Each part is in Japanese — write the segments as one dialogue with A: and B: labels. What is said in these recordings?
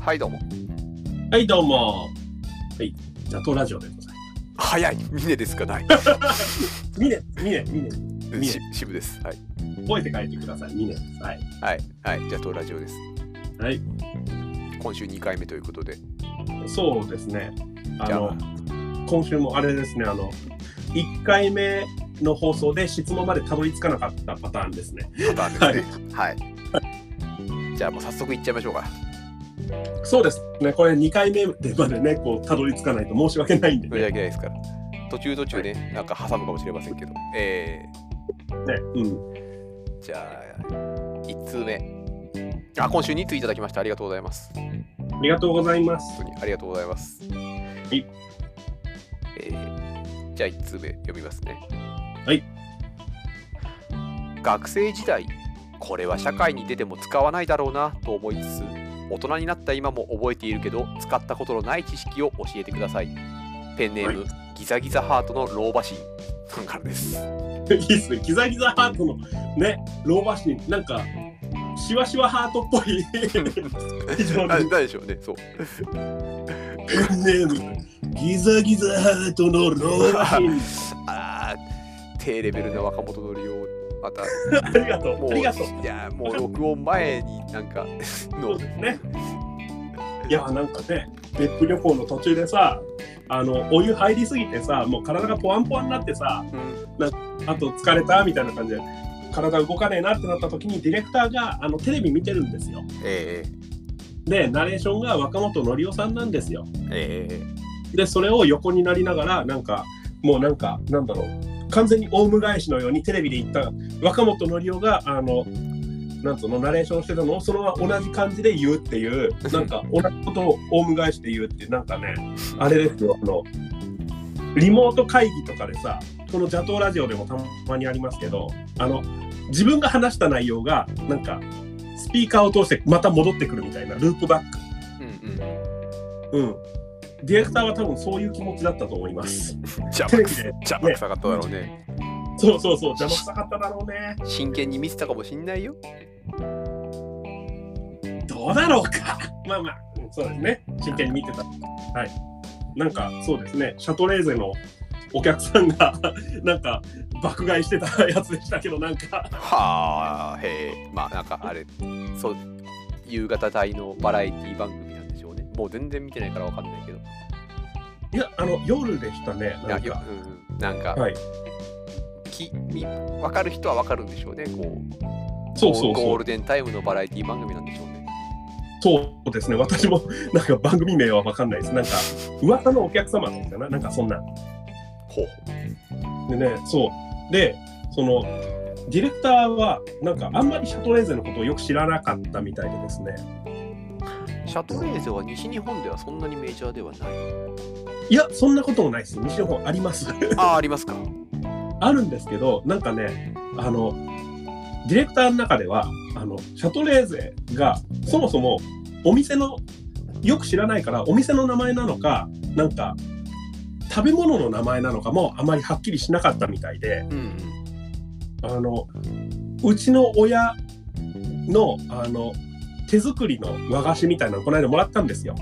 A: はいどうも
B: はい、どうも。はい、ザトラジオでございま
A: 早い峰です かない
B: す。ミネ、ミネ、ミネ、峰
A: し渋ですはい
B: 覚えて帰ってください、ミネです。はい。
A: はいはいじゃあ当ラジオです
B: はい、
A: 今週2回目ということで
B: そうですね。あ
A: じゃ
B: の、今週もあれですね、あの、1回目の放送で質問までたどり着かなかったパターンですね。
A: あパターンですねはい、じゃあもう早速いっちゃいましょうか
B: そうですね、これ2回目でまでね、こう、たどり着かないと申し訳ないんで
A: それ
B: ね。
A: だけないですから途中途中ね、なんか挟むかもしれませんけどえ
B: ねうん。
A: ー、じゃあ1通目あ今週2通いただきましたありがとうございます
B: ありがとうございます。
A: 本当にありがとうございます。
B: い
A: えーじゃあ1通目読みますね。
B: はい。
A: 学生時代、これは社会に出ても使わないだろうなと思いつつ、大人になった今も覚えているけど、使ったことのない知識を教えてください。ペンネーム、
B: は
A: ギザギザハートの老婆心さんからです。
B: いいですね、ギザギザハートのね、老婆心、なんか、シワシワハートっぽい。非常
A: な
B: に
A: んでしょうね、そう。
B: ペンネームギザギザハートのローラシン
A: あー、低レベルな若者の利用、また。
B: ありがと
A: も
B: う
A: う
B: ありがとう
A: いやもう録音前になん かの
B: ねいやなんかね別府旅行の途中でさあのお湯入りすぎてさもう体がポワンポワンになってさ
A: うん
B: あと疲れたみたいな感じで体動かねえなってなった時にディレクターがあのテレビ見てるんですよ
A: え
B: でナレーションが若本のりおさんなんですよ
A: えええ
B: でそれを横になりながらなんかもうなんかなんだろう完全にオウム返しのようにテレビで言った若本のりおがあのなんつうのナレーションしてたのをそのまま同じ感じで言うっていうなんか同じことをオウム返しで言うっていうなんかねあれですよあのリモート会議とかでさこの「邪道ラジオ」でもたまにありますけどあの自分が話した内容がなんかスピーカーを通してまた戻ってくるみたいなループバック
A: うん
B: うん。ディレクターは多分そういう気持ちだったと思い ます。
A: うん邪
B: テ
A: 魔
B: レ
A: く
B: ビ
A: さ
B: で
A: 邪魔くさかっただろうね
B: そうそうそう、邪魔くさかっただろうね。
A: 真剣に見てたかもしんないよ
B: どうだろうか。まあまあ、うんそうですね。真剣に見てた。はい。なんか、そうですね。シャトレーゼのお客さんが、 なんか、爆買いしてたやつでしたけど、なんか、
A: はあへえまあなんかあれそう夕方帯のバラエティ番組なんでしょうねもう全然見てないからわかんないけど
B: いや、あの、夜でしたね。なん
A: よ
B: か、
A: うんうん、なんか、
B: はい。
A: きみ分かる人は分かるんでしょうねこう
B: そうそう
A: ゴ
B: そ
A: ー
B: う
A: ル。デンタイムのバラエティ番組なんでしょうね
B: そうですね。私も、なんか番組名はわかんないです。なんか、噂のお客様だったかな。なんか、そんな。
A: ほう
B: でね、そう。で、その、ディレクターは、なんか、あんまりシャトレーゼのことをよく知らなかったみたいでですね。
A: シャトレーゼは西日本ではそんなにメジャーではない
B: いや、そんなこともないです。西の方あります。
A: ああ、ありますか。
B: あるんですけど、なんかね、あの、ディレクターの中では、あの、シャトレーゼが、そもそも、お店の、よく知らないから、お店の名前なのか、なんか、食べ物の名前なのかも、あまりはっきりしなかったみたいで、
A: うん、
B: あのうちの親のあの手作りの和菓子みたいなのこの間もらったんですよ。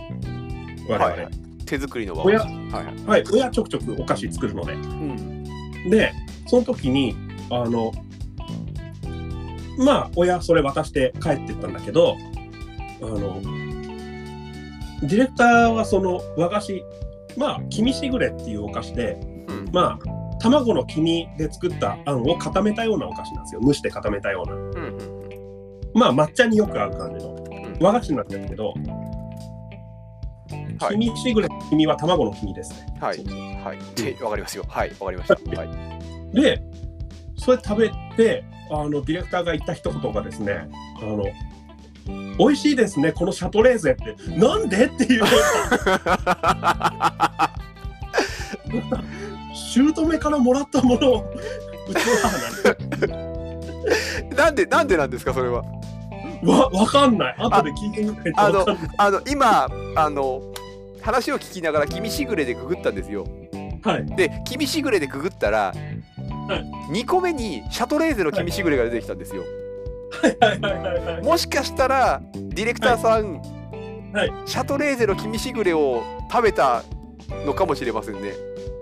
B: 我々
A: はいはい手作りの和
B: 親
A: 菓子。はいはい。
B: はい、親ちょくちょくお菓子作るので。
A: うん。
B: でその時にあのまあ親それ渡して帰ってったんだけどあのディレクターはその和菓子まあ黄身しぐれっていうお菓子で
A: うん、
B: まあ卵の黄身で作ったあんを固めたようなお菓子なんですよ蒸して固めたような。
A: うんうん
B: まあ抹茶によく合う感じの
A: ん
B: 和菓子なんですけど、
A: はい
B: 黄身しぐれ黄身は卵の黄身ですね。
A: うん。はい
B: そう。そ
A: はい。で、わかりますよ。はい。わかりました。はい。
B: うで、それ食べて、あのディレクターが言った一言がですね、あの美味しいですね、このシャトレーゼって、なんでって いう、姑からもらったものを、うちの母なんで
A: なんで、なんでなんですか、それは。
B: わわかんない、後で聞いてみないと
A: あ
B: わ
A: の
B: かんない。、
A: あの、今、あの。話を聞きながら、君しぐれでググったんですよ。
B: はい、
A: で、君しぐれでググったら。2個目にシャトレーゼの君しぐれが出てきたんですよ。
B: はいはいはいはい。
A: もしかしたらディレクターさん
B: はい
A: シャトレーゼの君しぐれを食べたのかもしれませんね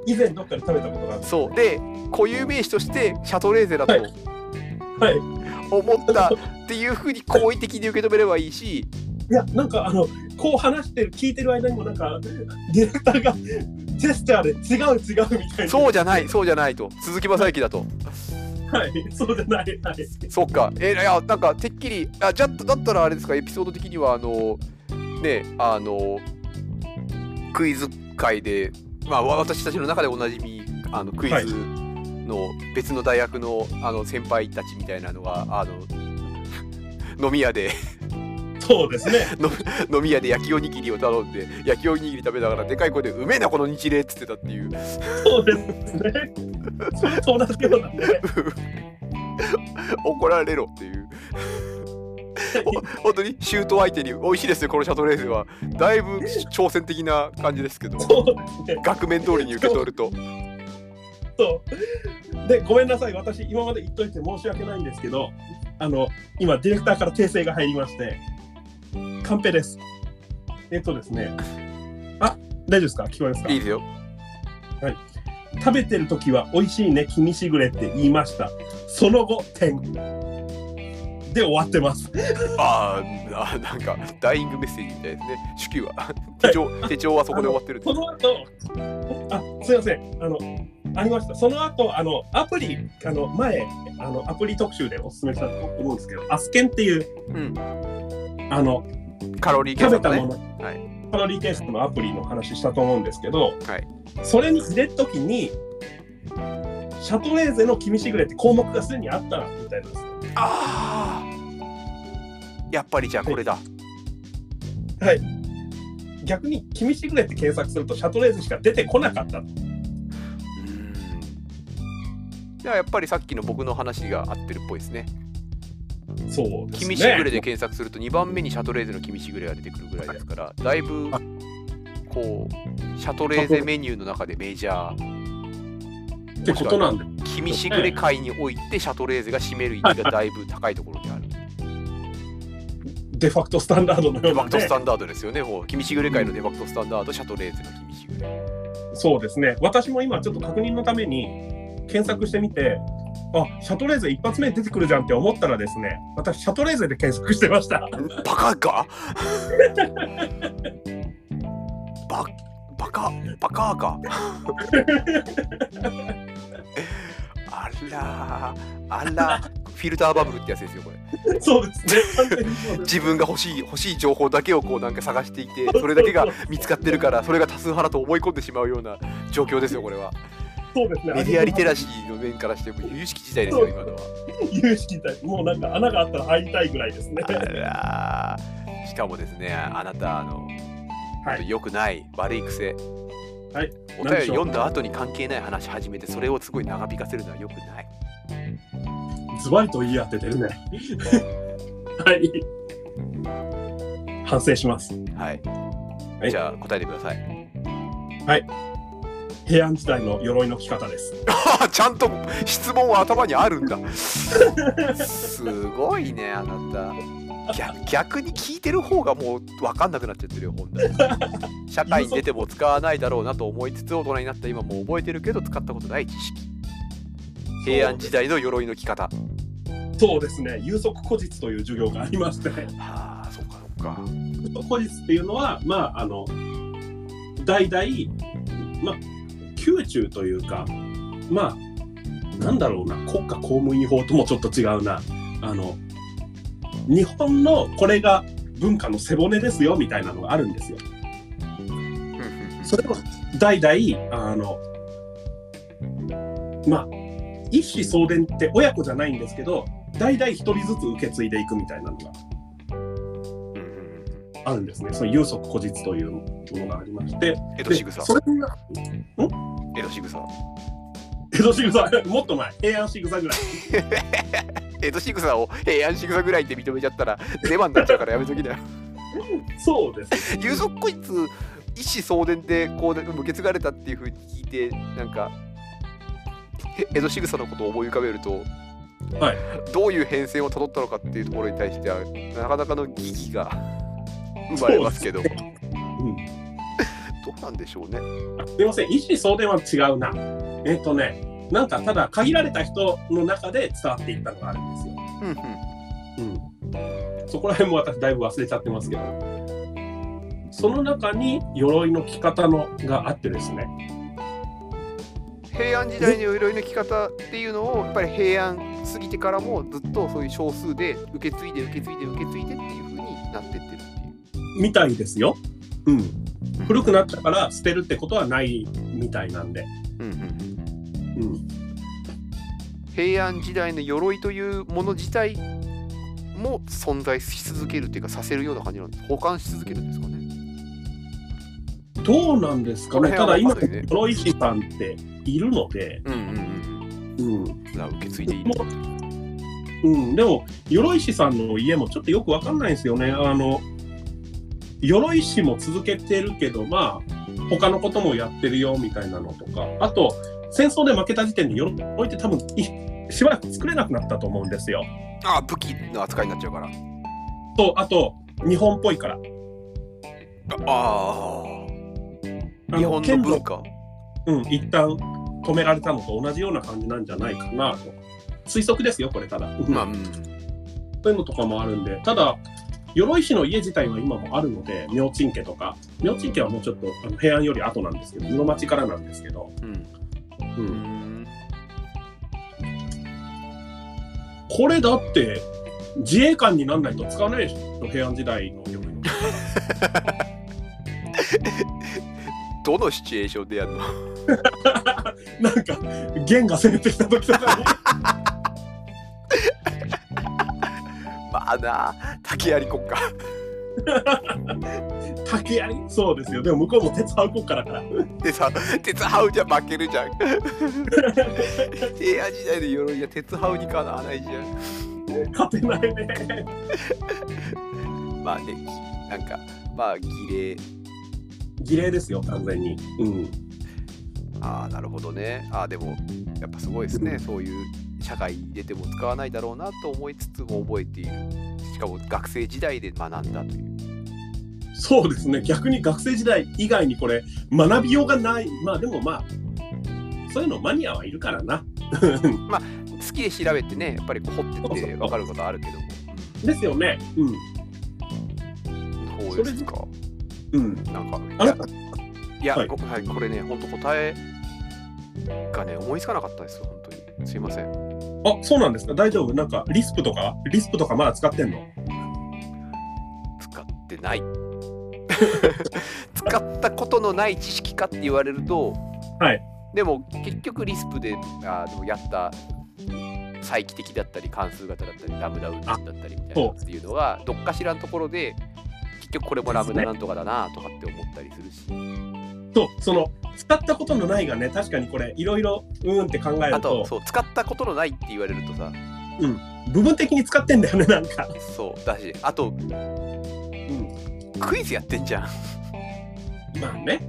B: 以前どっかで食べたことがある
A: そうで固有名詞としてシャトレーゼだと
B: はいはい
A: 思ったっていうふうに好意的に受け止めればいいし
B: いやなんかあのこう話してる聞いてる間にもなんかディレクターがジェスチャーで違う違うみたいな
A: そうじゃないそうじゃないと鈴木正幸だと
B: はいそうじゃないはい
A: そっかえいやなんかてっきりあじゃだったらあれですかエピソード的にはあのねあのクイズ界でまあわ私たちの中でおなじみあのクイ
B: はい
A: ズの別の大学のあの先輩たちみたいなの があの飲み屋で
B: そうですね
A: 飲み屋で焼きおにぎりを頼んで焼きおにぎり食べながらでかい声で「うめえなこの日霊」っつってたっていう
B: そうですね そう同じようなんでね
A: 怒られろっていうほ本当にシュート相手に美味しいですよこのシャトレーゼはだいぶ挑戦的な感じですけど
B: そうですね
A: 額面通りに受け取ると
B: そうでごめんなさい私今まで言っといて申し訳ないんですけどあの今ディレクターから訂正が入りましてカンペですえっとですねあ大丈夫ですか聞こえますか
A: いいですよ
B: 食べてる時は美味しいね君しぐれって言いましたその後点で終わってます
A: あーあなんかダイイングメッセージみたいですね手記は 手帳手帳はそこで終わってる
B: その後あすいませんあのありましたその後あのアプリあの前あのアプリ特集でおすすめしたと思うんですけどアスケンっていう
A: うん
B: あの
A: カロリー計
B: 食
A: 算
B: べた
A: だ
B: も
A: ね
B: の、
A: はい
B: カロリー計測のアプリの話したと思うんですけど、
A: はい
B: それに入れるときにシャトレーゼの君しぐれって項目がすでにあったみたいなんですよ
A: あーやっぱりじゃあこれだ
B: 逆に君しぐれって検索するとシャトレーゼしか出てこなかった
A: じゃあやっぱりさっきの僕の話が合ってるっぽいですね。
B: そうですね
A: 君しぐれで検索すると2番目にシャトレーゼの君しぐれが出てくるぐらいですから、だいぶこうシャトレーゼメニューの中でメジャー、
B: ってことなんで
A: 君しぐれ界においてシャトレーゼが占める位置がだいぶ高いところにある。
B: デファクトスタンダードの
A: デ
B: よう
A: ファ
B: な
A: クト
B: ね
A: スタンダードですよね。もう君しぐれ界のデファクトスタンダード、シャトレーゼの君しぐれ。
B: そうですね私も今ちょっと確認のために検索してみてあシャトレーゼ一発目に出てくるじゃんって思ったらですね私シャトレーゼで検索してました
A: バカ かババカバカかあらあらフィルターバブルってやつですよこれ
B: そうですね完全にそうです
A: 自分が欲しい欲しい情報だけをこうなんか探していてそれだけが見つかってるからそれが多数派だと思い込んでしまうような状況ですよこれは
B: そうですね
A: メディアリテラシーの面からしても有識時代ですよ今のは
B: 有識たいもうなんか穴があったら入りたいぐらいですね。
A: あらしかもですねあなたあの、
B: はい
A: 良くない悪い癖
B: はい
A: お便り読んだ後に関係ない話始めてそれをすごい長引かせるのは良くない
B: ズバリと言い当ててるね。はい。反省します。
A: はい、
B: はい
A: じゃあ答えてください
B: 平安時代の鎧の着方です。
A: あちゃんと質問は頭にあるんだすごいねあなた逆逆に聞いてる方がもう分かんなくなっちゃってるよ本来社会に出ても使わないだろうなと思いつつ大人になった今も覚えてるけど使ったことない知識平安時代の鎧の着方
B: そうですね。有足古実という授業がありまして、
A: はあそうかそうか
B: 古実っていうのはまああの代々まあ宮中というかまあなんだろうな国家公務員法ともちょっと違うなあの日本のこれが文化の背骨ですよみたいなのがあるんですよ。それを代々あのまあ一子相伝って親子じゃないんですけど代々一人ずつ受け継いでいくみたいなのが
A: うんうんうん
B: あるんですね。その有足古実というものがありまして。
A: 江戸
B: で
A: 仕草
B: それが
A: 江戸仕草
B: 江戸仕草、もっと前、平安仕草ぐらい。
A: 江戸仕草を平安仕草ぐらいって認めちゃったら出番になっちゃうからやめときなよ
B: そうです。
A: 有足こいつ一子相伝でこう受け継がれたっていうふうに聞いてなんかへ江戸仕草のことを思い浮かべると、
B: はい
A: どういう変遷をたどったのかっていうところに対してはなかなかの疑義が生まれますけど、
B: うん
A: どうなんでしょうね。
B: すみません、意思相伝は違うな。えっ、とね、なんかただ限られた人の中で伝わっていったのがあるんですよ。
A: うんうん。
B: うん。そこら辺も私だいぶ忘れちゃってますけど。その中に鎧の着方のがあってですね。
A: 平安時代の鎧の着方っていうのをやっぱり平安過ぎてからもずっとそういう少数で受け継いで受け継いで受け継いでっていう風になってってるっていう
B: みたいですよ。うん。古くなったから捨てるってことはないみたいなんで。
A: うんうん
B: うん。
A: 平安時代の鎧というもの自体も存在し続けるっていうかさせるような感じなんです保管し続けるんですかね
B: どうなんですかね。
A: この
B: ただ
A: 辺は
B: 今、
A: まだね
B: 鎧師さんっているので。
A: うんうん
B: うん。
A: うんな受け継いでいる
B: もう、うん、でも鎧師さんの家もちょっとよくわかんないんですよねあの鎧師も続けてるけどまあ他のこともやってるよみたいなのとかあと戦争で負けた時点で鎧って多分いしばらく作れなくなったと思うんですよ
A: ああ武器の扱いになっちゃうから
B: とあと日本っぽいから
A: あ
B: あ
A: あ日本の
B: 剣道
A: 文化
B: うん一旦止められたのと同じような感じなんじゃないかなと推測ですよこれただ、
A: まあうん
B: そういうのとかもあるんで、ただ、鎧師の家自体は今もあるので、明珍家とか、明珍家はもうちょっとあの平安より後なんですけど、室町からなんですけど、
A: うん
B: う、
A: うんん
B: これだって、自衛官になんないと使わないでしょ、平安時代の鎧 の。
A: どのシチュエーションでやるの
B: なんか、元が攻めてきた時とかに、
A: まあな竹槍国家
B: 竹槍そうですよ、でも向こうも鉄半国家だから。
A: でさ鉄ハウじゃ負けるじゃん 平安時代の鎧が鉄ハウにかなわないじゃん
B: 勝てないね。
A: まあねなんかまあ儀礼
B: 儀礼ですよ、完全に。うん。
A: ああなるほどねああでもやっぱすごいですねそういう社会に出ても使わないだろうなと思いつつも覚えているしかも学生時代で学んだという
B: そうですね逆に学生時代以外にこれ学びようがないまあでもまあそういうのマニアはいるからな
A: 好きで調べてねやっぱりこう掘ってって分かることあるけども
B: ですよねう
A: う
B: ん
A: んそうですか
B: うん
A: なんか
B: あなた
A: いや、
B: はい
A: ごはい、これね、本当答えがね、思いつかなかったです、本当に。すいません。
B: あそうなんですか大丈夫なんかリスプとかリスプとかまだ使ってんの
A: 使ってない。 使ったことのない知識かって言われると、
B: はい
A: でも結局リスプであでもやった再帰的だったり関数型だったりラムダ運転だったりみたいな
B: そう
A: っていうのがどっかしらのところで結局これもラムダなんとかだなとかって思ったりするし
B: そうその使ったことのないがね確かにこれいろいろうーんって考え
A: あ
B: る
A: と
B: と
A: そう使ったことのないって言われるとさ
B: 部分的に使ってんだよねなんか
A: そうだしあと、クイズやってんじゃん
B: まあね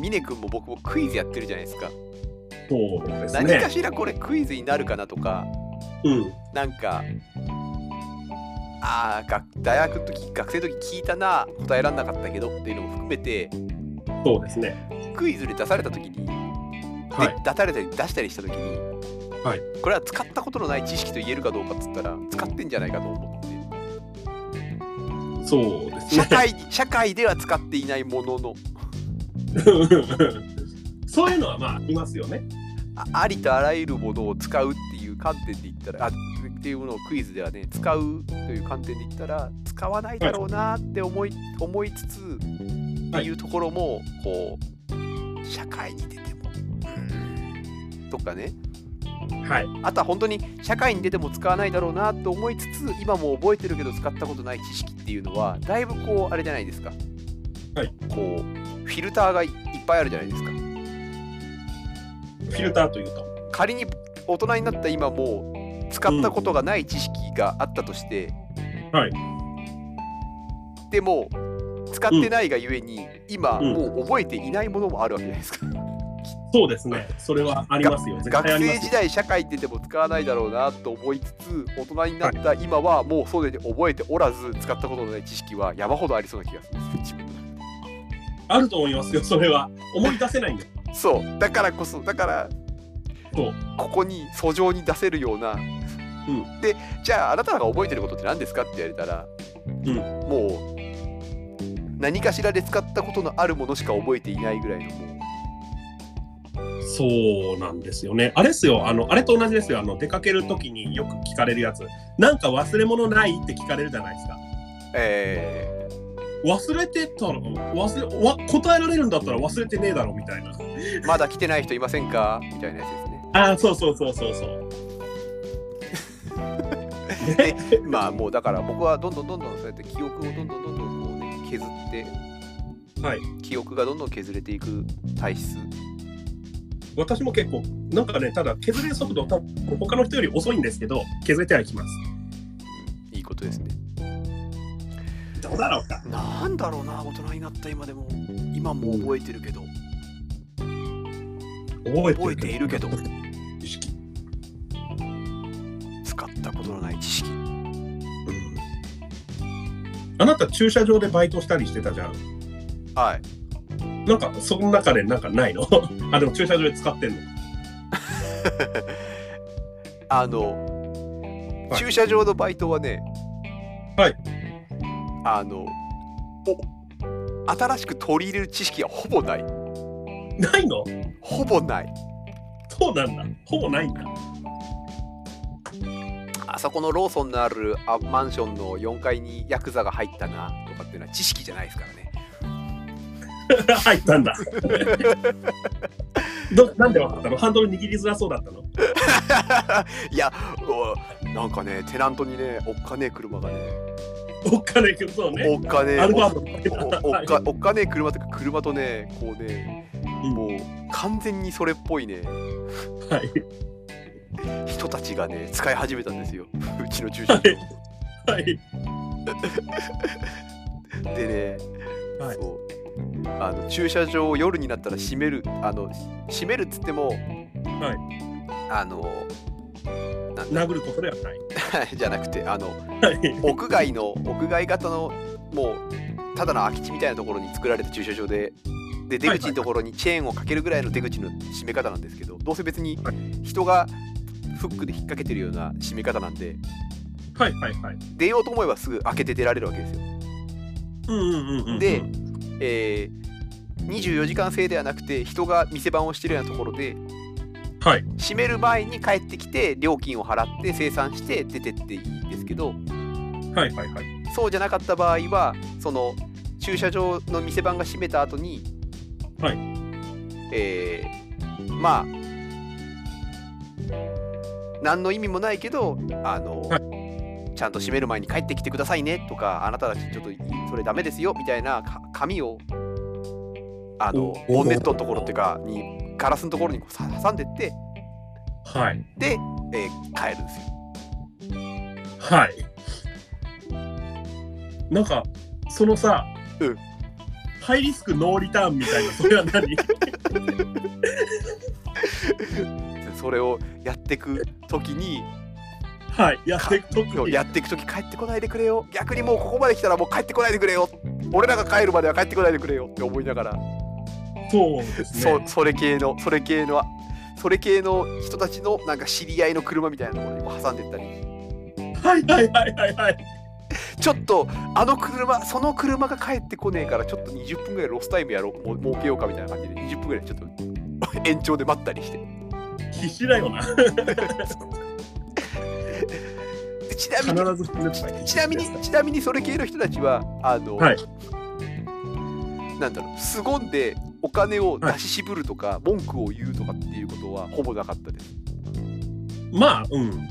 A: 峰君も僕もクイズやってるじゃないですか
B: そうです
A: 何か
B: ね
A: しらこれクイズになるかなとか
B: うん
A: なんかあーが大学の時学生の時聞いたな答えられなかったけどっていうのも含めて
B: そうですね
A: クイズで出された時に、
B: はい
A: で出されたり出したりした時に、
B: はい
A: これは使ったことのない知識と言えるかどうかっつったら使ってんじゃないかと思って
B: そうですね
A: 社会に社会では使っていないものの
B: そういうのはまあいますよね
A: あありとあらゆるものを使うっていう観点で言ったらあっていうものをクイズではね使うという観点で言ったら使わないだろうなって思い思いつつって
B: はい
A: いうところもこう社会に出てもうんとかね
B: はい
A: あとは本当に社会に出ても使わないだろうなと思いつつ今も覚えてるけど使ったことない知識っていうのはだいぶこうあれじゃないですか、
B: はい
A: こうフィルターがいいっぱいあるじゃないですか
B: フィルターというと
A: 仮に大人になった今も使ったことがない知識があったとして、
B: うんはい
A: でも使ってないがゆえに、今
B: うん
A: もう覚えていないものもあるわけじゃないですか、きっ
B: そうですね。それはありますよ。絶
A: 学
B: 対ありま
A: 生
B: す
A: 時
B: よ。
A: 代社会って言っても使わないだろうなと思いつつ大人になった今はもうそれで覚えておらず使ったことのない知識は山ほどありそうな気がするんですよ自分
B: あると思いますよ。それは思い出せないんです。
A: そうだからこそだから
B: そう
A: ここに訴状に出せるような、
B: ん
A: でじゃああなたが覚えてることって何ですかって言われたら、
B: うん
A: もう何かしらで使ったことのあるものしか覚えていないぐらいのもう
B: そうなんですよね。あれですよ。あのあれと同じですよ。あの出かけるときによく聞かれるやつ。なんか忘れ物ないって聞かれるじゃないですか。
A: え
B: 忘れてたら忘れわ答えられるんだったら忘れてねえだろみたいな。
A: ーまだ来てない人いませんかみたいなやつですね
B: ああそうそうそうそうそう。
A: まあもうだから僕はどんどんどんどんそうやって記憶をどんどんどんどんこうね削って
B: はい。
A: 記憶がどんどん削れていく体質
B: 私も結構なんかねただ削れる速度多分他の人より遅いんですけど削れてはいきます。
A: いいことですね
B: どうだろうか。
A: なんだろうな大人になった今でも今も覚えてるけど
B: 覚え
A: 覚えているけど
B: 意識。
A: 使ったことのない知識
B: うんあなた駐車場でバイトしたりしてたじゃん。
A: はい
B: なんかその中でなんかないの あでも駐車場で使ってんの
A: あの、
B: はい
A: 駐車場のバイトはね
B: はい
A: あのお新しく取り入れる知識はほぼない
B: ないの
A: ほぼない
B: そうなんだほぼないんだ
A: あそこのローソンのあるあマンションの4階にヤクザが入ったなとかっていうのは知識じゃないですからね
B: 入っ たんだどなんでわかったのハンドル握りづらそうだったの
A: いやおなんかねテナントにねおっかねえ車がね
B: おっかねえけどそうね
A: おっかねえ
B: アルバート
A: おおっかおっかねえ車とか車とねこうね
B: うん
A: もう完全にそれっぽいね
B: はい
A: 人たちがね使い始めたんですよ うちの駐車
B: はい
A: 場でね、
B: はい
A: そうあの駐車場を夜になったら閉めるあの閉めるっつっても、あの
B: 殴ることではない
A: じゃなくてあの
B: はい
A: 屋外の屋外型のもうただの空き地みたいなところに作られた駐車場でで出
B: はいはい
A: 口のところにチェーンをかけるぐらいの出口の締め方なんですけどどうせ別に
B: はい
A: 人がフックで引っ掛けてるような締め方なんで
B: はいはいはい
A: 出ようと思えばすぐ開けて出られるわけですよ。
B: うんうんうんうんうん
A: で、えー24時間制ではなくて人が店番をしてるようなところで
B: はい
A: 閉める前に帰ってきて料金を払って生産して出てっていいんですけど
B: はいはいはい
A: そうじゃなかった場合はその駐車場の店番が閉めた後に、
B: はい
A: えーまあ何の意味もないけどあの、
B: は
A: ちゃんと閉める前に帰ってきてくださいねとかあなたたちちょっとそれダメですよみたいなか紙をあの
B: お
A: ボンネットのところっていうかにガラスのところにこうさ挟んでって
B: はい
A: で、えー帰るんですよ。
B: はいなんかそのさ、
A: うん
B: ハイリスクノーリターンみたいなそれは 何
A: それをやってく時に
B: はい、やっていくとき
A: 今日やっていく時帰ってこないでくれよ逆にもうここまで来たらもう帰ってこないでくれよ俺らが帰るまでは帰ってこないでくれよって思いながら、
B: そうです
A: そ
B: ね。
A: それ系のそれ系のそれ系の人たちのなんか知り合いの車みたいなところにこう挟んでったり
B: はいはいはいはいはい。
A: ちょっとあの車その車が帰ってこねえからちょっと20分ぐらいロスタイムやろうもう儲けようかみたいな感じで20分ぐらいちょっと 延長で待ったりして
B: 必死だよな。
A: でちなみ
B: 必
A: に
B: ず必死だ
A: ちなみにちなみにそれ系の人たちはあの、
B: はい
A: なんだろう凄んでお金を出し渋るとか、文句を言うとかっていうことはほぼなかったです
B: まあ、うん。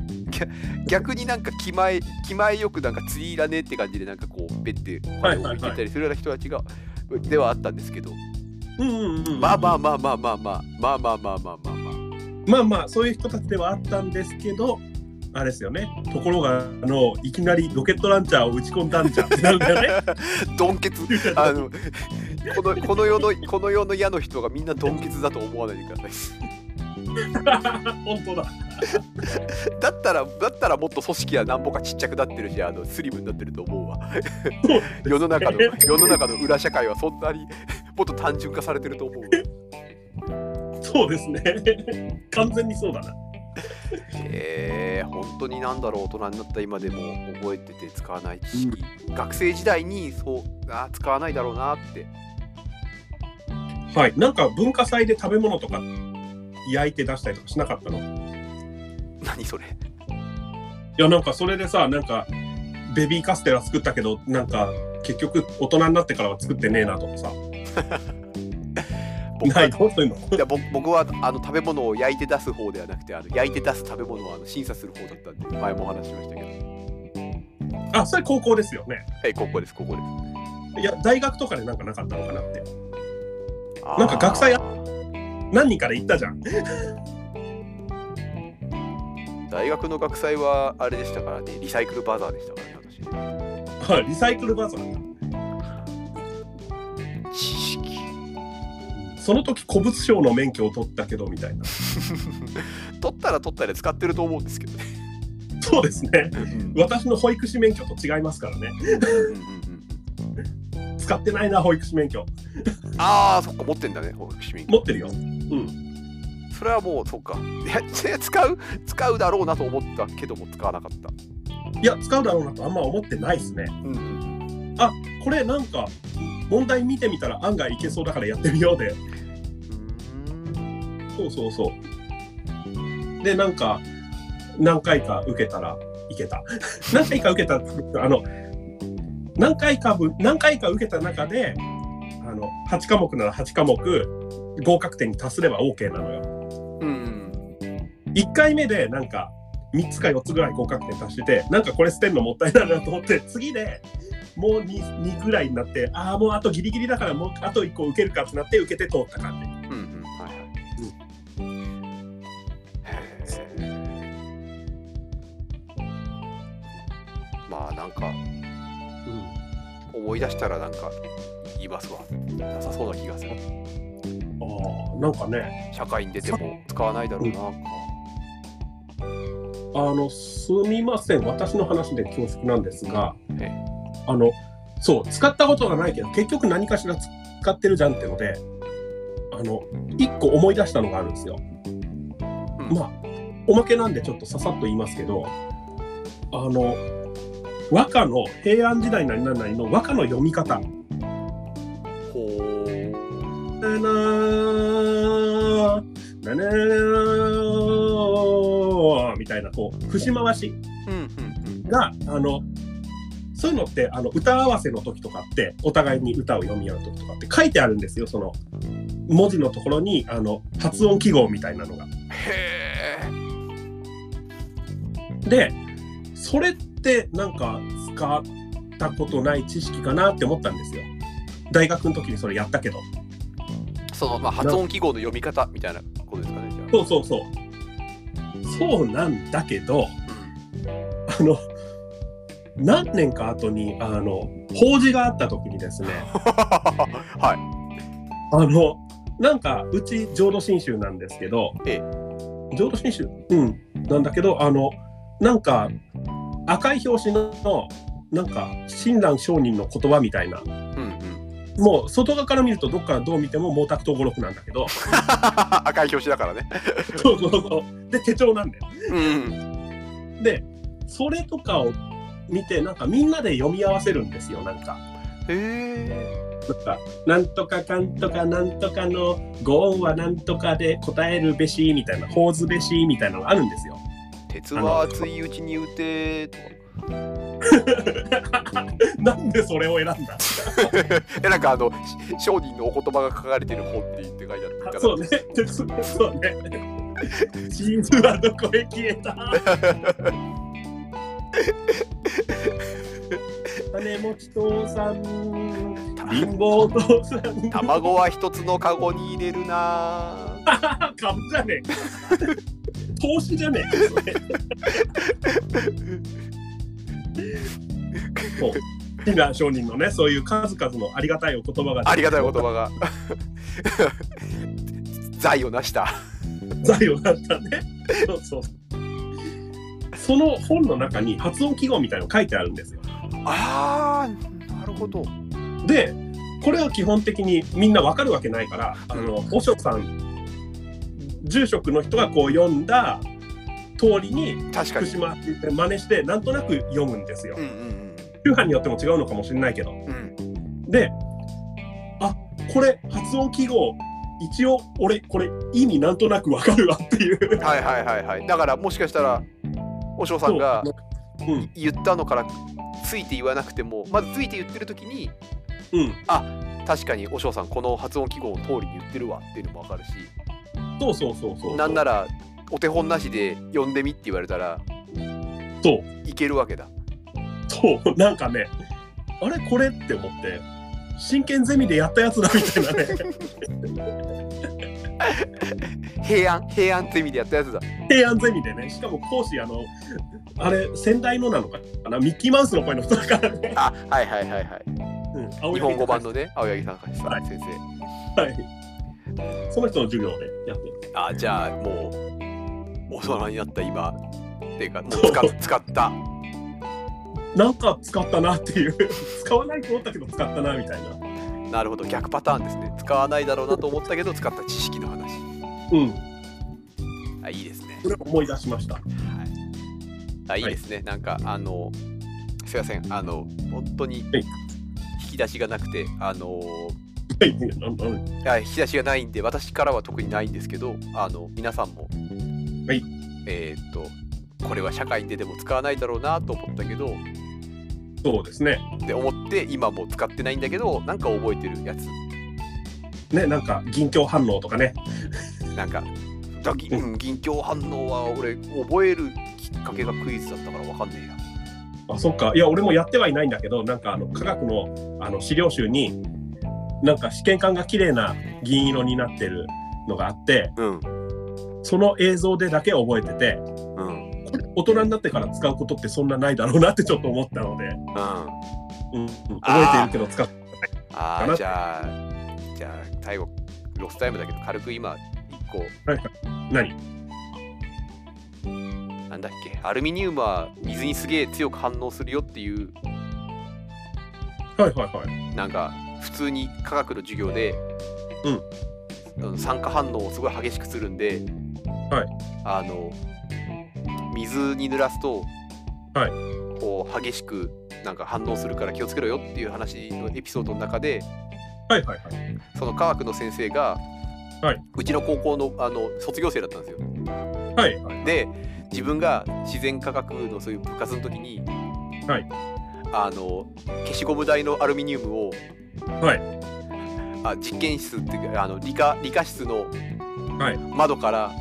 A: 逆になんか気前気前よくなんか釣りいらねえって感じでなんかこうベッてお
B: は
A: 金
B: い
A: を
B: はいはい
A: 置いてったりするような人たちがではあったんですけど、
B: うんうんうん、
A: まあまあまあまあまあまあまあまあまあまあまあまあ
B: まあまあそういう人たちではあったんですけどあれですよねところがあのいきなりロケットランチャーを打ち込んだんじゃんってなるんだよね
A: ドンケツあのこのこの世のこの世の矢の人がみんなドンケツだと思わないでください
B: 本当だ。
A: だったらだったらもっと組織はなんぼかちっちゃくなってるしあのスリムになってると思うわ世の中の世の中の裏社会はそんなに もっと単純化されてると思うわ
B: そうですね。 完全にそうだな。
A: へえ本当になんだろう大人になった今でも覚えてて使わない知識、学生時代にそうあー使わないだろうなって
B: はい。なんか文化祭で食べ物とか焼いて出したりとかしなかったのい
A: 何それ
B: や、なんかそれでさ、なんかベビーカステラ作ったけど、なんか結局大人になってからは作ってねえなとかさ。
A: 僕
B: な
A: はい
B: のそういうの。
A: いや僕僕はあの食べ物を焼いて出す方ではなくてあの焼いて出す食べ物をあの審査する方だったんで前もお話ししましたけど
B: あ、それ高校ですよね。
A: はいここですここです
B: いや、大学とかでなんかなかったのかなって。なんか学祭
A: あー
B: 何人かで行ったじゃん。
A: 大学の学祭はあれでしたからねリサイクルバザーでしたからね私
B: はいリサイクルバージョン。
A: 知識
B: その時古物商の免許を取ったけどみたいな。
A: 取ったら取ったで使ってると思うんですけどね
B: そうですね。私の保育士免許と違いますからね。
A: うんうんうん
B: 使ってないな、保育士免許。
A: ああそっか持ってんだね保育士免許
B: 持ってるよ。うん。
A: それはもうそっかいやいや使う使うだろうなと思ったけども使わなかった
B: いや、使うだろうなとあんま思ってないですね。
A: うん
B: あ、これなんか、問題見てみたら案外いけそうだからやってみようで。そうそうそう。で、なんか、何回か受けたらいけた。 何回か受けたっていうかあの、何回かぶ、何回か受けた中で、あの、8科目なら8科目、合格点に達すれば OK なのよ。
A: うん
B: 1回目でなんか3つか4つぐらい合格点足しててなんかこれ捨てんのもったいないなと思って次でもう 2, 2ぐらいになってああもうあとギリギリだからもうあと1個受けるかってなって受けて通った感じ
A: うんうんはいはいへーまあなんか思い出したらなんか言いますわなさそうな気がする
B: ああなんかね
A: 社会に出ても使わないだろうな
B: あのすみません私の話で恐縮なんですが
A: え
B: あのそう使ったことがないけど結局何かしら使ってるじゃんってのであの1個思い出したのがあるんですよ
A: うん
B: まあおまけなんでちょっとささっと言いますけどあの和歌の平安時代何々の和歌の読み方
A: ほう
B: 「なななななみたいなこう節回し
A: うんうん
B: があのそういうのってあの歌合わせの時とかってお互いに歌を読み合う時とかって書いてあるんですよその文字のところにあの発音記号みたいなのが。
A: うんへえ
B: でそれってなんか使ったことない知識かなって思ったんですよ大学の時にそれやったけど
A: そのまあ発音記号の読み方みたいなことですかねじゃ
B: そうそうそうそうなんだけどあの何年か後にあの法事があった時にですね
A: あ はい
B: あのなんかうち浄土真宗なんですけど、
A: ええ
B: 浄土真宗うんなんだけどあのなんか赤い表紙のなんか親鸞上人の言葉みたいな
A: うんうん
B: もう外側から見るとどっからどう見ても毛沢東語録なんだけど
A: 赤い表紙だからね
B: そうそうそうで手帳なんだよ
A: うん
B: でそれとかを見てなんかみんなで読み合わせるんですよなんか
A: へえ
B: なんかなんとかかんとかなんとかの語音はなんとかで答えるべしみたいな法ずべしみたいなのがあるんですよ
A: 鉄は熱いうちに打てとか
B: なんでそれを選んだ
A: えなんかあのし商人のお言葉が書かれてる本って言って書いてあったから
B: そうねそうねチーズはどこへ消えた金持ち父さん貧乏父さん
A: 卵は一つのカゴに入れるな
B: かぶじゃねえか投資じゃねえかそれそう親鸞上人のね、そういう数々のありがたいお言葉が、
A: ありがたいお言葉が 財を成した
B: 財をなったね。そうそう。その本の中に発音記号みたいの書いてあるんですよ。
A: あーなるほど
B: で、これは基本的にみんなわかるわけないから、あの、和尚さん、住職の人がこう読んだ通りに、
A: 確か
B: 福
A: に
B: 島って真似して、なんとなく読むんですよ
A: う。ん
B: 宗派によっても違うのかもしれないけど。
A: うんうんうん
B: で、あこれ発音記号、一応俺、これ意味なんとなくわかるわっていう。
A: はいはいはいはいだからもしかしたらお嬢さんが
B: そううん、
A: 言ったのからついて言わなくてもまずついて言ってる時に
B: うん、
A: 確かにお嬢さんこの発音記号の通りに言ってるわっていうのも分かるし
B: そうそうそうそう。
A: なんな
B: ら、
A: らお手本なしで読んでみって言われたら
B: そう、
A: いけるわけだ
B: そう、なんかね、あれこれって思って、真剣ゼミでやったやつだみたいな ね、
A: 平安平安ゼミでやったやつだ
B: 平安ゼミでね、しかも講師、あの、あれ、先代のなのかな、ミッキーマウスの声の人だからね、
A: あはいはいはいはい
B: うん、青
A: 日
B: 柳
A: 本語版のね青柳隆史さん先生
B: はい。その人の授業でやってる。
A: あじゃあもう大人になった今って いうかもう使っ使った
B: なんか使ったなっていう、使わないと思ったけど使ったなみたいな。
A: なるほど逆パターンですね使わないだろうなと思ったけど使った知識の話
B: うん、
A: あいいですね
B: それを思い出しました。
A: はいあいいですね、なんかあのすいませんあの本当に
B: はい
A: 引き出しがなくてあの
B: はい、うんうん
A: あ引き出しがないんで私からは特にないんですけどあの皆さんも、
B: はい
A: えーっとこれは社会に出ても使わないだろうなと思ったけど
B: そうですね。
A: って思って今も使ってないんだけどなんか覚えてるやつ
B: ね、なんか銀鏡反応とかね。
A: なんかだぎうん銀鏡反応は俺覚えるきっかけがクイズだったからわかんねえや
B: あ、そっか。いや、俺もやってはいないんだけど、なんかあの科学のあの資料集に、なんか試験管が綺麗な銀色になってるのがあって、
A: うん
B: その映像でだけ覚えてて、
A: うんうん
B: 大人になってから使うことってそんなないだろうなってちょっと思ったので、
A: あ
B: うんうん、覚えてるけど使っ
A: あ
B: か
A: ー
B: な
A: じゃあじゃあ最後ロスタイムだけど軽く今一個
B: 何
A: なんだっけアルミニウムは水にすげえ強く反応するよっていう
B: はいはいはい。
A: なんか普通に科学の授業で、うん、酸化反応をすごい激しくするんで、
B: はい
A: あの水に濡らすと、
B: はい
A: こう激しくなんか反応するから気をつけろよっていう話のエピソードの中で
B: はいはいはい。
A: その科学の先生が、
B: はいう
A: ちの高校のあの卒業生だったんですよ。
B: はいはい。
A: で自分が自然科学のそういう部活の時に、
B: はい
A: あの消しゴム台のアルミニウムを、
B: はい
A: あ実験室っていうかあの理科理科室の
B: はい
A: 窓から、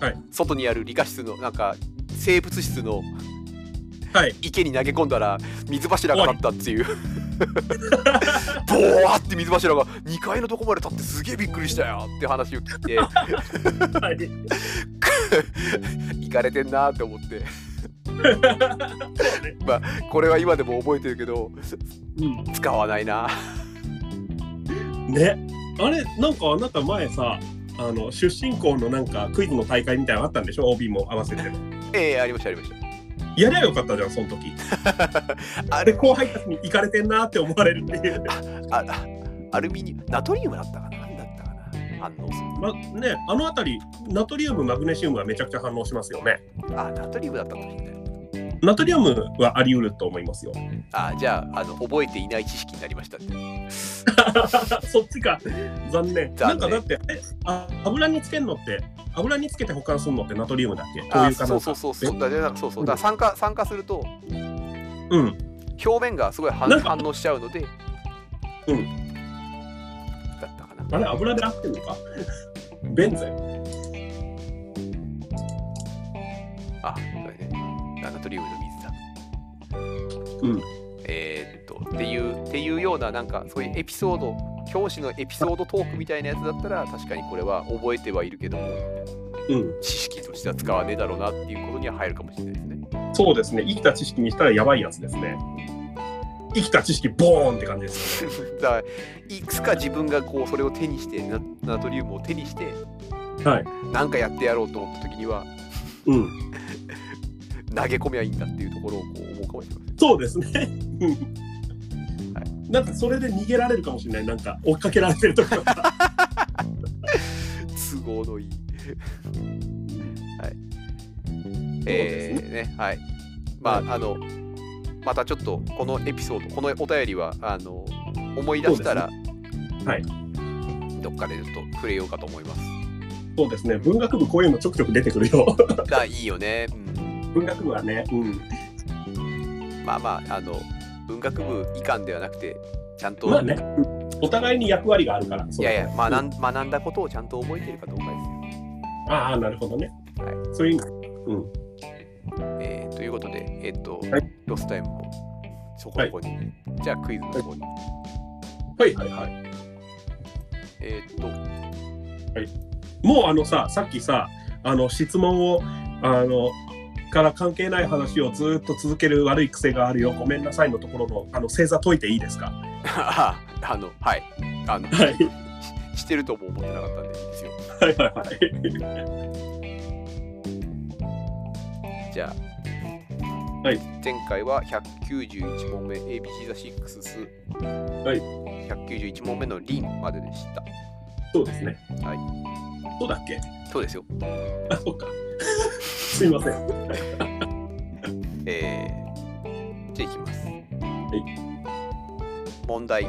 B: はい
A: 外にある理科室のなんか生物室の
B: はい
A: 池に投げ込んだら水柱が立ったっていう ボワって水柱が2階のとこまで立ってすげえびっくりしたよって話を聞いて
B: はい
A: 行かれてんなーって思ってこれは今でも覚えてるけど
B: う
A: 使わないな。
B: ん、ねあれなんかあなた前さあの出身校のなんかクイズの大会みたいなのあったんでしょ OB も合わせて
A: ええありましたありました。
B: やりゃよかったじゃんその時
A: あ
B: で
A: れ
B: 後輩たちに行かれてんなって思われるっていう、
A: ああアルミニナトリウムだったかな何だったかな反応す
B: ま、ねあの辺りナトリウムマグネシウムはめちゃくちゃ反応しますよね
A: る。あナトリウムだったかもしれない。
B: ナトリウムはあり得ると思いますよ
A: あじゃああの覚えていない知識になりましたって。
B: そっちか残念
A: 残念
B: なんかだってえあ油につけるのって油につけて保管するのってナトリウムだっけ
A: あ
B: 灯油か
A: そ
B: な
A: うそ
B: んか
A: うそうそうだからなんかそうそうだから酸化酸化すると
B: うん
A: 表面がすごい反
B: なんか
A: 反応しちゃうので。。
B: うん
A: だったかな。
B: あれ油で合ってるのかベンゼン
A: あ、そうだね。ナトリウムの水だ。
B: うん
A: えーっと、っていう、っていうような、なんか、そういうエピソード、表紙のエピソードトークみたいなやつだったら、確かにこれは覚えてはいるけども、
B: うん
A: 知識としては使わねえだろうなっていうことには入るかもしれないですね。
B: そうですね、生きた知識にしたらやばいやつですね。生きた知識ボーンって感じですよね。
A: だからいつか自分がこうそれを手にしてナナトリウムを手にして
B: はい。
A: 何かやってやろうと思った時には
B: うん。
A: 投げ込めばいいんだっていうところをこう思うかもしれません
B: そうですね。うん
A: は
B: なんかそれで逃げられるかもしれない。なんか追っかけられてるとか。
A: 都合のいい はい
B: で
A: えー、ねはいまああのまたちょっとこのエピソードこのお便りはあの思い出したら、
B: はい
A: どっかでちょっと触れようかと思います
B: そうですね。文学部こういうのちょくちょく出てくるよ。
A: がいいよね、うん、
B: 文学部はね。うん。
A: まあまああの文学部以下ではなくてちゃんと、
B: まあね。お互いに役割があるから。
A: い
B: そう
A: やいや学ん学んだことをちゃんと覚えてるかどうかですよ
B: ああ、なるほどね。
A: は
B: そういう意味。
A: えーということで、えっと
B: はい
A: ロスタイムもそこの方に、じゃあクイズの方に、
B: はいはいはい。
A: えっと
B: もうあのさ、さっきさ、あの質問を、あの、から関係ない話をずっと続ける悪い癖があるよ、ごめんなさいのところの、あの、星座解いていいですか
A: ああのはいあの、
B: はい
A: ししてるとも思ってなかったんでいいですよ
B: はいはいはい。
A: じゃあ、
B: はい
A: 前回は191問目 ABC ザシックスス
B: はい
A: 191問目のリンまででした
B: そうですね。
A: はい。
B: そうだっけ
A: そうですよ
B: あ、そっか。 すいません。
A: えー、じゃあいきます。はい。問題。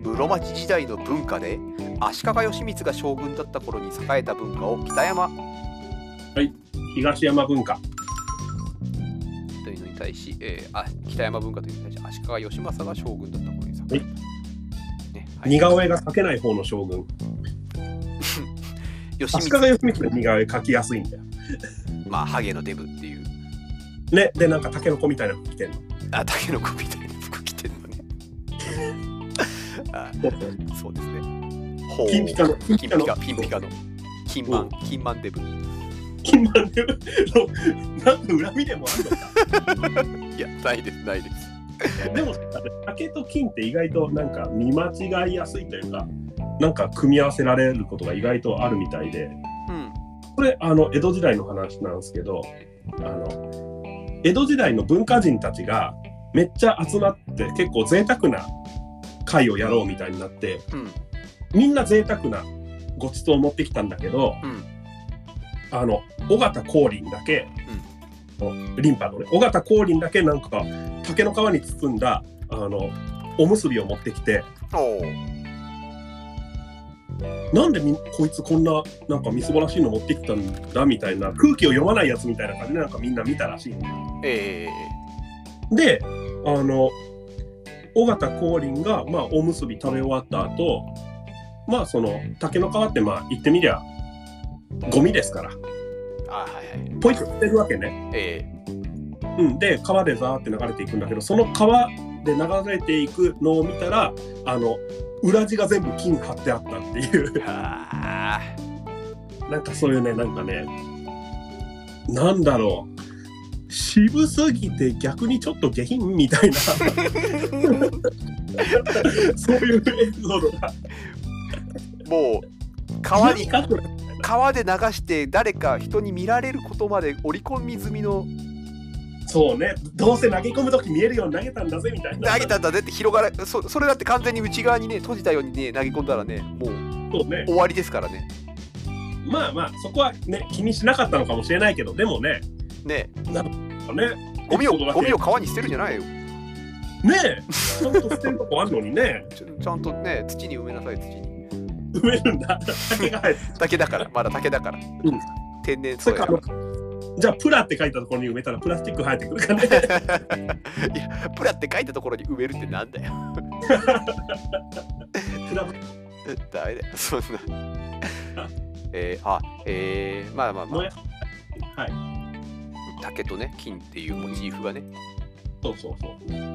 A: 室町時代の文化で足利義満が将軍だった頃に栄えた文化を北山
B: 東山文化。
A: というのに対し、えーあ北山文化というのに対し足利義政が将軍だった頃に栄えた。ねはい
B: 似顔絵が描けない方の将軍。
A: 義
B: 足利
A: 満、
B: 義満の似顔絵描きやすいんだよ。
A: まあ、ハゲのデブっていう、
B: ね、で、なんかタケノコみたいなの着てるの。
A: あ、タケノコみたいな服着てるのね。あそうですね。ほう
B: 金ピカの
A: 金ピカ、
B: 金
A: 金
B: ピ
A: ピ
B: カ
A: カの。金マン、金マンデブ。
B: 金満流の、 なんか恨みでもあるのか。
A: いや、ないです、ないです。
B: でもさ竹と金って意外となんか見間違いやすいというかなんか組み合わせられることが意外とあるみたいで
A: うん。
B: これあの江戸時代の話なんですけどあの江戸時代の文化人たちがめっちゃ集まって結構贅沢な会をやろうみたいになって
A: うん。
B: みんな贅沢なごちそうを持ってきたんだけど
A: うん。
B: あの尾形光琳だけ、リンパのね尾形光琳だけなんか竹の皮に包んだあのおむすびを持ってきて。
A: おお。
B: なんでみこいつこんななんかみすぼらしいの持ってきたんだみたいな空気を読まないやつみたいな感じでなんかみんな見たらしいんだよ
A: ええ
B: であの尾形光琳が、まあ、おむすび食べ終わった後まあその竹の皮ってまあ言ってみりゃゴミですから
A: あ、はいはい。
B: ポイって捨てるわけね、
A: ええ
B: うん、で川でザーって流れていくんだけどその川で流れていくのを見たらあの裏地が全部金貼ってあったっていう
A: ああ。
B: なんかそういうね、なんかね、なんだろう、渋すぎて逆にちょっと下品みたい な、そういうエピソードが。
A: もう、川に、
B: 何かこれ
A: 川で流して、誰か人に見られることまで織り込み済みの、
B: そうね、どうせ投げ込むとき見えるように投げたんだぜみたいな。
A: 投げたんだねって広がら、そそれだって完全に内側にね、閉じたようにね、投げ込んだらね、もう
B: そうね。
A: 終わりですからね。
B: まあまあ、そこはね、気にしなかったのかもしれないけど、でもね、
A: ね
B: ね、
A: ゴミを、
B: エピソードだけ
A: ゴミを川に捨てるんじゃないよ。
B: ねえ、ちゃんと捨てるとこあるのにね、
A: ちょちゃんとね、土に埋めなさい、土に。
B: 埋めるんだ、竹が生えて
A: 竹だから、まだ竹だから。
B: うん
A: 天然
B: そ
A: 素
B: れ
A: 材だ
B: か
A: から。
B: じゃあ、プラって書いたところに埋めたらプラスチック生えてくるかね。
A: いや、プラって書いたところに埋めるってなんだよ。
B: プ ラ
A: ダメだよ、そんな。えー、あ、えー、まあまあま
B: も
A: あ
B: や、はい。
A: 竹とね、金っていうモチーフがね、
B: そうそうそう。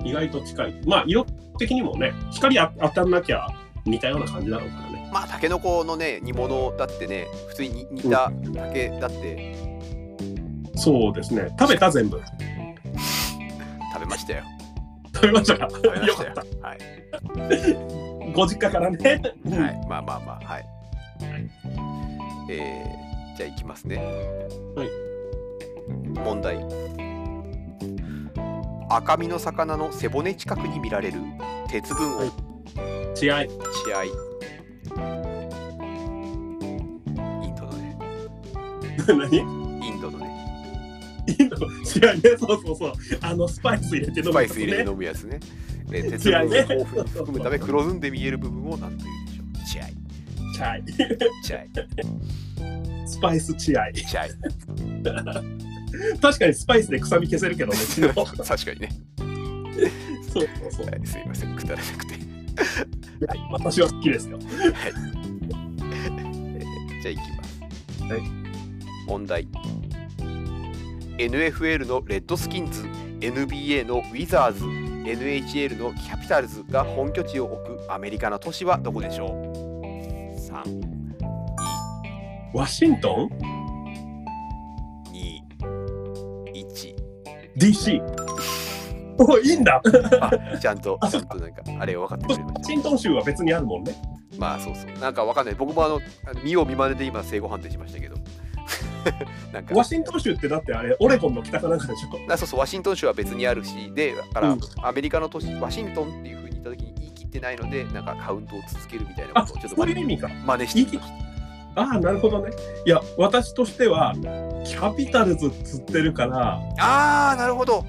B: 意外と近い。まあ、色的にもね、光あ当たんなきゃ似たような感じだろうからね。
A: まあ、竹の子のね、煮物だってね、普通に煮煮た竹だって
B: そうですね。食べた全部。
A: 食べましたよ。
B: 食べましたか
A: 食べま
B: よ
A: した
B: か
A: よ
B: った。
A: はい。
B: ご実家からね。
A: はい、まあまあまあ、はい。えー、じゃあ行きますね。
B: はい。
A: 問題。赤身の魚の背骨近くに見られる鉄分を
B: はい試合。
A: 血合い。インドのね、
B: 何
A: インドのね、
B: インドの試合ね。そうそうそう。あの、スパイス入れて飲む
A: スパイス入れ
B: ね
A: て。飲むやつね。えー鉄
B: 血合
A: 分
B: い
A: を
B: ね
A: 豊富に含むため黒ずんで見える部分を何と言うでしょう。血合い、
B: チャイ。
A: 血合い、
B: スパイスチアイ。
A: 血合い。
B: 確かにスパイスで臭み消せるけどね。昨日そう
A: 確かにね。
B: そうそう。
A: はい、すいません、くだらなくて。
B: 私は好きですよ。
A: じゃあ行きます。
B: はい
A: 問題。NFL のレッドスキンズ、NBA のウィザーズ、NHL のキャピタルズが本拠地を置くアメリカの都市はどこでしょう ?3、
B: ワシントン
A: 2、1。
B: ?DC。おいいんだ。
A: あ、ちゃんと、ちゃんとなんか、あれを分かってくれま
B: ワ
A: し
B: シントン州は別にあるもんね。
A: た。まあそうそう。なんかわかんない。僕もあの、あの見よう見まねで今、正誤判定しましたけど。 なんか
B: ワシントン州ってだってあれ、オレゴンの北かなんかでしょ。
A: あそうそうワシントン州は別にあるしでだから、
B: うん
A: アメリカの都市ワシントンっていうふうに言った時に言い切ってないのでなんかカウントを続けるみたいな
B: あ、
A: ことをちょっと
B: そう
A: 真
B: いう
A: 似
B: 意味か。
A: 真似してみまし
B: ああ、なるほどね。いや、私としては、キャピタルズつってるから、
A: たあーなるほど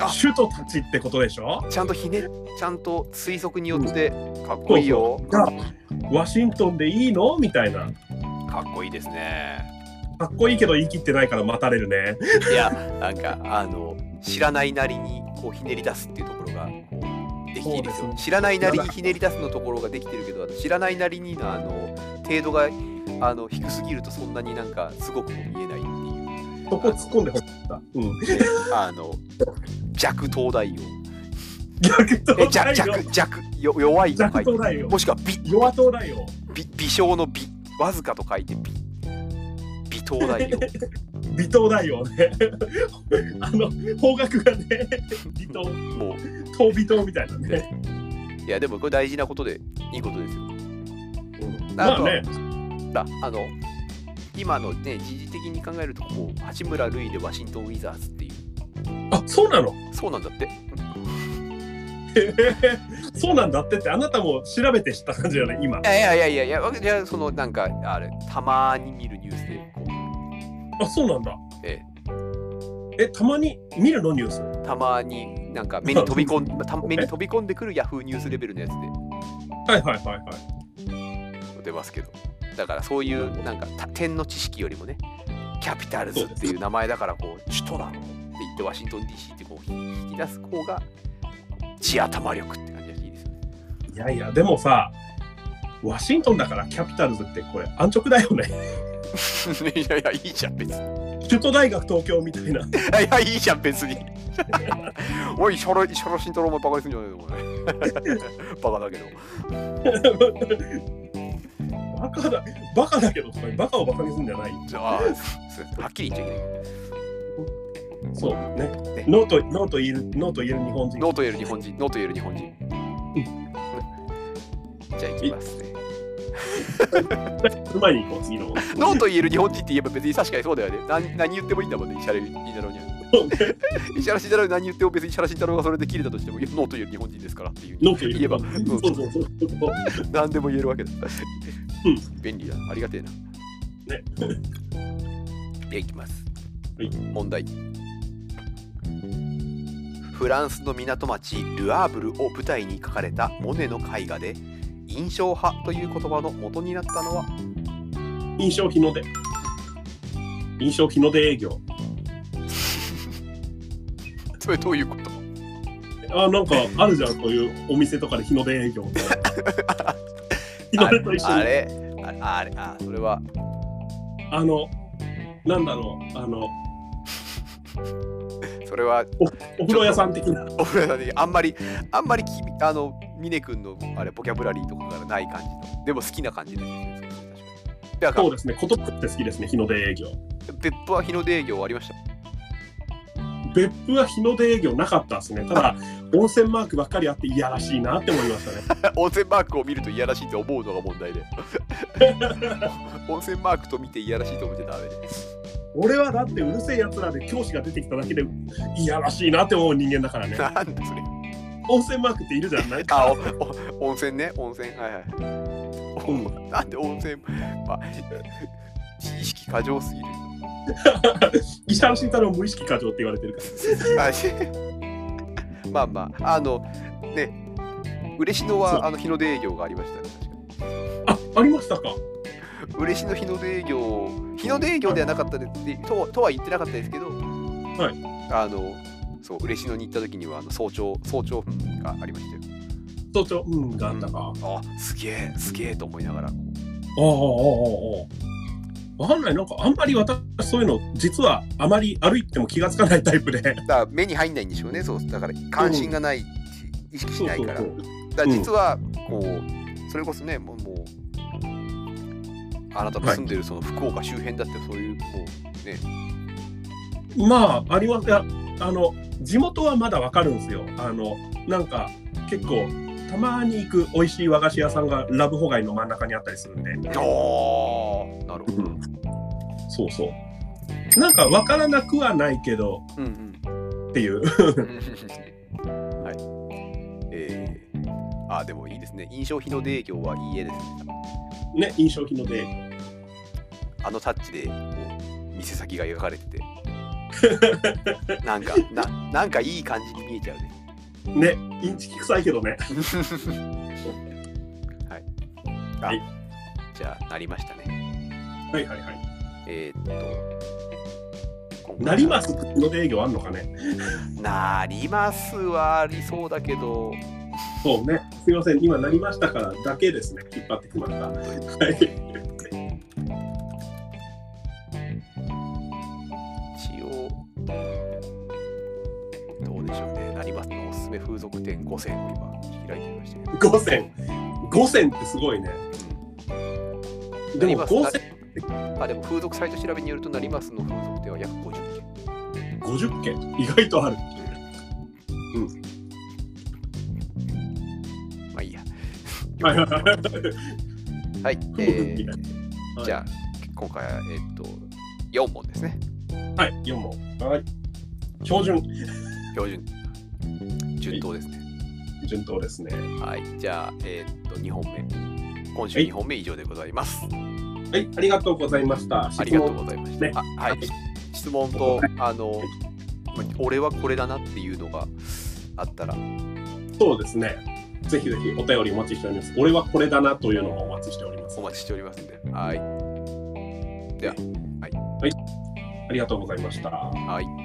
A: あ
B: 首都たちってことでしょ
A: ちゃんとひねちゃんと推測によってかっこいいよ、
B: が、ワシントンでいいのみたいな。
A: かっこいいですね
B: かっこいいけど言い切ってないから待たれるね。
A: いやなんかあの知らないなりにこうひねり出すっていうところがこうできていいです
B: そう
A: よ
B: ですね
A: 知らないなりにひねり出すのところができてるけどあの知らないなりにのあの程度があの低すぎるとそんなになんかすごくも見えないっていう
B: そこ突っ込んでほしかった。うん。
A: ねあの弱東大王
B: 逆と
A: え弱
B: 大
A: 弱
B: 王。
A: 弱よ弱いと書
B: 弱
A: いて
B: と大王。
A: もしくは美
B: 弱と大王。
A: 美微小の美わずかと書いて美美東大王
B: 微糖大王ね。 あの、方角がね、微 糖、
A: も
B: 糖微糖みたいな
A: う、
B: ね。
A: ね、いやでもこれ大事なことでいいことですよ
B: うん
A: な
B: ま
A: ん
B: あ
A: か
B: ね、
A: だあの今のね時事的に考えるとこう八村塁でワシントン・ウィザーズっていう
B: あ、そうなの
A: そうなんだって
B: そうなんだってって、あなたも調べて知った感じだよね、今
A: い。やいやいやいやいやいやそのなんかあれたまに見るニュースでこう
B: あ、そうなんだ。
A: え
B: え、たまに見るのニュース。
A: たまになんか目に飛び 込んた目に飛び込んでくるヤフーニュースレベルのやつで
B: はいはいはいはい。
A: 出ますけどだからそういうなんかた点の知識よりもねキャピタルズっていう名前だからこう首都なのって言ってワシントン DC ってこう引き出す方が地頭力って感じがいいですよね
B: いやいや、でもさ、ワシントンだからキャピタルズってこれ安直だよね。
A: いやいやいいじゃん別にい
B: 首都大学東京みたいな。
A: やいやいいじゃん別においショロショロシントロもバカにすんじゃないよお前 バカだけど
B: バカだ、バカだけど、バカをバカにするんじゃない。
A: じゃあすいませんはっきり言っちゃいけない
B: そうね
A: ね。
B: ノーと、ノーと言える、ノーと言える日本人。
A: ノーと言える日本人、ノーと言える日本人。じゃあ行きますね。
B: 前に行こう、次の。
A: ノーと言える日本人って言えば別に確かにそうだよね。何何言ってもいいんだもんね、石原慎太郎には。石原慎太郎に何言っても別に石原慎太郎がそれで切れたとしても、いやノーと言える日本人ですからっていう。
B: ノーと言
A: 言え
B: え
A: ば、
B: ば。
A: う
B: そ
A: ん
B: うそうそう。
A: 何でも言えるわけだ。
B: ん
A: 便利だ、ありがてえな。
B: ね
A: じゃあ行きます。
B: はい
A: 問題。フランスの港町ルアーブルを舞台に描かれたモネの絵画で印象派という言葉の元になったのは
B: 印象日の出。印象日の出営業。
A: それどういうこと
B: あ、なんかあるじゃん、こういうお店とかで日の出営業。 日の
A: あれ
B: 出と一緒
A: あ
B: に。
A: れあれあそれは
B: あの、なんだろう、あの、
A: それは
B: お風呂屋さん的な。
A: お風呂屋さんにあんまりあんまりきあの峰君のあれボキャブラリーとかからない感じのでも好きな感じですねそうそう確かにだか
B: そうですね、言葉って好きですね、日の出営業。
A: ら別府は日の出営業ありました
B: 別別府は日の出営業なかったですね。ただ、温泉マークばっかりあっていやらしいなって思いましたね。
A: 温泉マークを見るといやらしいと思うのが問題で 温泉マークと見ていやらしいと思ってダメで
B: 俺はだってうるせえやつらで教師が出てきただけでいやらしいなって思う人間だから ね。
A: なんでそれ
B: 温泉マークっているじゃんないか。
A: あおお温泉ね温泉はいはい、おなんで温泉まあ自意識過剰すぎる
B: 石原慎太郎無意識過剰って言われてるから。
A: はい まあまああのね嬉野
B: そう
A: はあの日の出営業がありましたね確か
B: あ、ありましたか。
A: 嬉野日の出営業日の出営業ではなかったですでととは言ってなかったですけど、
B: い
A: あのそう嬉野に行った時にはあの早朝早朝分がありましたよ
B: 早朝、うん、があったか。ああ、ああ、あ
A: あすげえすげえと思いながら
B: あ。わかんない、なんかあんまり私、そういうの、実はあまり歩いても気がつかないタイプで。
A: だから目に入んないんでしょうねそうだから関心がないし、意識しないから
B: そうそう
A: だから実はこう、それこそねもうもうあなたの住んでるその福岡周辺だってそういう、も
B: そうまあ、あります。いやあの、地元はまだわかるんですよ。あの、なんか、結構、たまに行く美味しい和菓子屋さんがラブホ街の真ん中にあったりするんで。
A: うおーなるほど、
B: そうそう。なんか、わからなくはないけど、
A: うんうん
B: っていう。
A: はいえー、あでもいいですね印象日の出営業はいい絵ですね
B: ね、印象品ので。
A: あのタッチでこう店先が描かれて てなんかななんかいい感じに見えちゃうね
B: ね、インチキ臭いけど
A: は
B: ね。
A: い。あ、
B: はい
A: じゃあ、なりましたね。
B: はいはいはい。
A: えーっと。
B: なりますって日の出営業あんのかね。
A: す。なりますはありそうだけど、
B: そうね。すいません。今なりましたからだけですね。引っ張ってきました。はい。
A: 一応。どうでしょうね。なりますのおすすめ風俗店5選を今開いてみましたけど。
B: 五千。五千ってすごいね。でも五
A: なり
B: 千
A: ますあ、でも風俗サイト調べによると、なりますの風俗店は約50件。
B: 五十件。意外とある。
A: まあいいや。
B: はいはいはい
A: はい。え
B: みたい
A: ー、
B: は い
A: じゃあ、今回は、えーっと、4問ですね。
B: はい。四問。はい。標準
A: 標準順当ですね
B: 順当ですね。
A: はいじゃあえーっと2本目今週2本目以上でございます
B: はい。ありがとうございました。
A: ありがとうございました、
B: ね
A: あは
B: はいい
A: 質問とあのま俺はこれだなっていうのがあったら
B: 質問そうですね。ぜひぜひお便りお待ちしております。俺はこれだなというのをお待ちしております
A: お。待ちしておりますんではいでは
B: ありがとうございました。
A: はい